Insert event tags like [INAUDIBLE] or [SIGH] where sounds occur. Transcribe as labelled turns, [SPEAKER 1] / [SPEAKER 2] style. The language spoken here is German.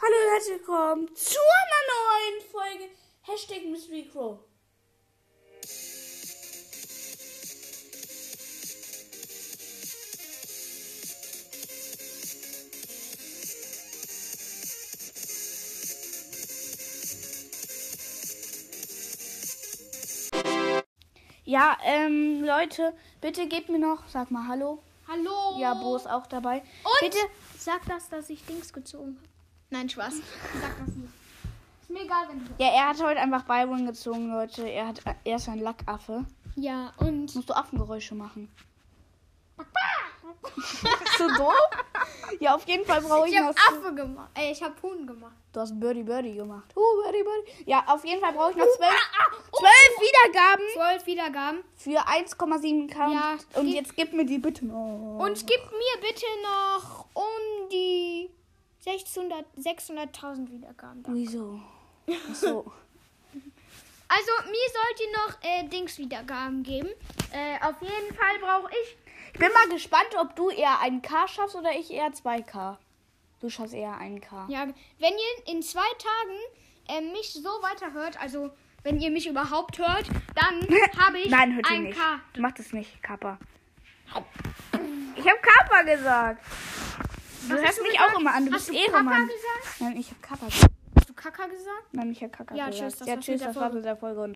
[SPEAKER 1] Hallo und herzlich willkommen zu einer neuen Folge Hashtag Mystery Crow. Ja, ähm, Leute, bitte gebt mir noch, sag mal Hallo.
[SPEAKER 2] Hallo.
[SPEAKER 1] Ja, Bo ist auch dabei.
[SPEAKER 2] Und?
[SPEAKER 1] Bitte,
[SPEAKER 3] Sag das, dass ich Dings gezogen habe.
[SPEAKER 2] Nein, Spaß. Sag das nicht. Ist mir egal, wenn du.
[SPEAKER 1] ja, er hat heute einfach Byron gezogen, Leute. Er, hat, er ist ein Lackaffe.
[SPEAKER 3] Ja, und
[SPEAKER 1] Musst du Affengeräusche machen? so doof? Ja, auf jeden Fall brauche ich,
[SPEAKER 2] Ich hab
[SPEAKER 1] noch.
[SPEAKER 2] Affe gemacht. Äh, ich hab Huhn gemacht.
[SPEAKER 1] Du hast Birdie Birdie gemacht. Uh, Birdie Birdie. Ja, auf jeden Fall brauche ich noch
[SPEAKER 2] Uh,
[SPEAKER 1] zwölf,
[SPEAKER 2] ah,
[SPEAKER 1] zwölf Wiedergaben
[SPEAKER 2] Zwölf Wiedergaben.
[SPEAKER 1] für 1,7k.
[SPEAKER 2] Ja,
[SPEAKER 1] und- und
[SPEAKER 2] gib-
[SPEAKER 1] jetzt gib mir die bitte noch.
[SPEAKER 2] Und gib mir bitte noch um die
[SPEAKER 3] 600 600.000 Wiedergaben. Da.
[SPEAKER 1] Wieso? Ach
[SPEAKER 2] [LAUGHS]
[SPEAKER 1] so.
[SPEAKER 2] Also, mir sollt ihr noch äh, Dings-Wiedergaben geben. Äh, auf jeden Fall brauche ich.
[SPEAKER 1] Ich bin mal gespannt, ob du eher einen K schaffst oder ich eher 2k. Du schaffst eher einen K.
[SPEAKER 2] Ja, wenn ihr in zwei Tagen äh, mich so weiter hört, also wenn ihr mich überhaupt hört,
[SPEAKER 1] [LAUGHS]
[SPEAKER 2] dann habe ich
[SPEAKER 1] Nein, hört ihn
[SPEAKER 2] ein
[SPEAKER 1] nicht.
[SPEAKER 2] K.
[SPEAKER 1] Macht es nicht, Kappa. Ich habe Kappa gesagt. Du
[SPEAKER 2] Was hast
[SPEAKER 1] hörst
[SPEAKER 2] du
[SPEAKER 1] mich
[SPEAKER 2] gesagt?
[SPEAKER 1] auch immer an. Du
[SPEAKER 2] Hast
[SPEAKER 1] bist
[SPEAKER 2] du
[SPEAKER 1] Ehrenmann.
[SPEAKER 2] Kaka gesagt?
[SPEAKER 1] Nein, ich habe Kappa gesagt.
[SPEAKER 2] Hast du Kaka gesagt?
[SPEAKER 1] Nein, ich habe Kaka
[SPEAKER 2] Ja,
[SPEAKER 1] gesagt.
[SPEAKER 2] tschüss, das
[SPEAKER 1] ja,
[SPEAKER 2] war's
[SPEAKER 1] tschüss,
[SPEAKER 2] mit der
[SPEAKER 1] das war's mit der Folge. Und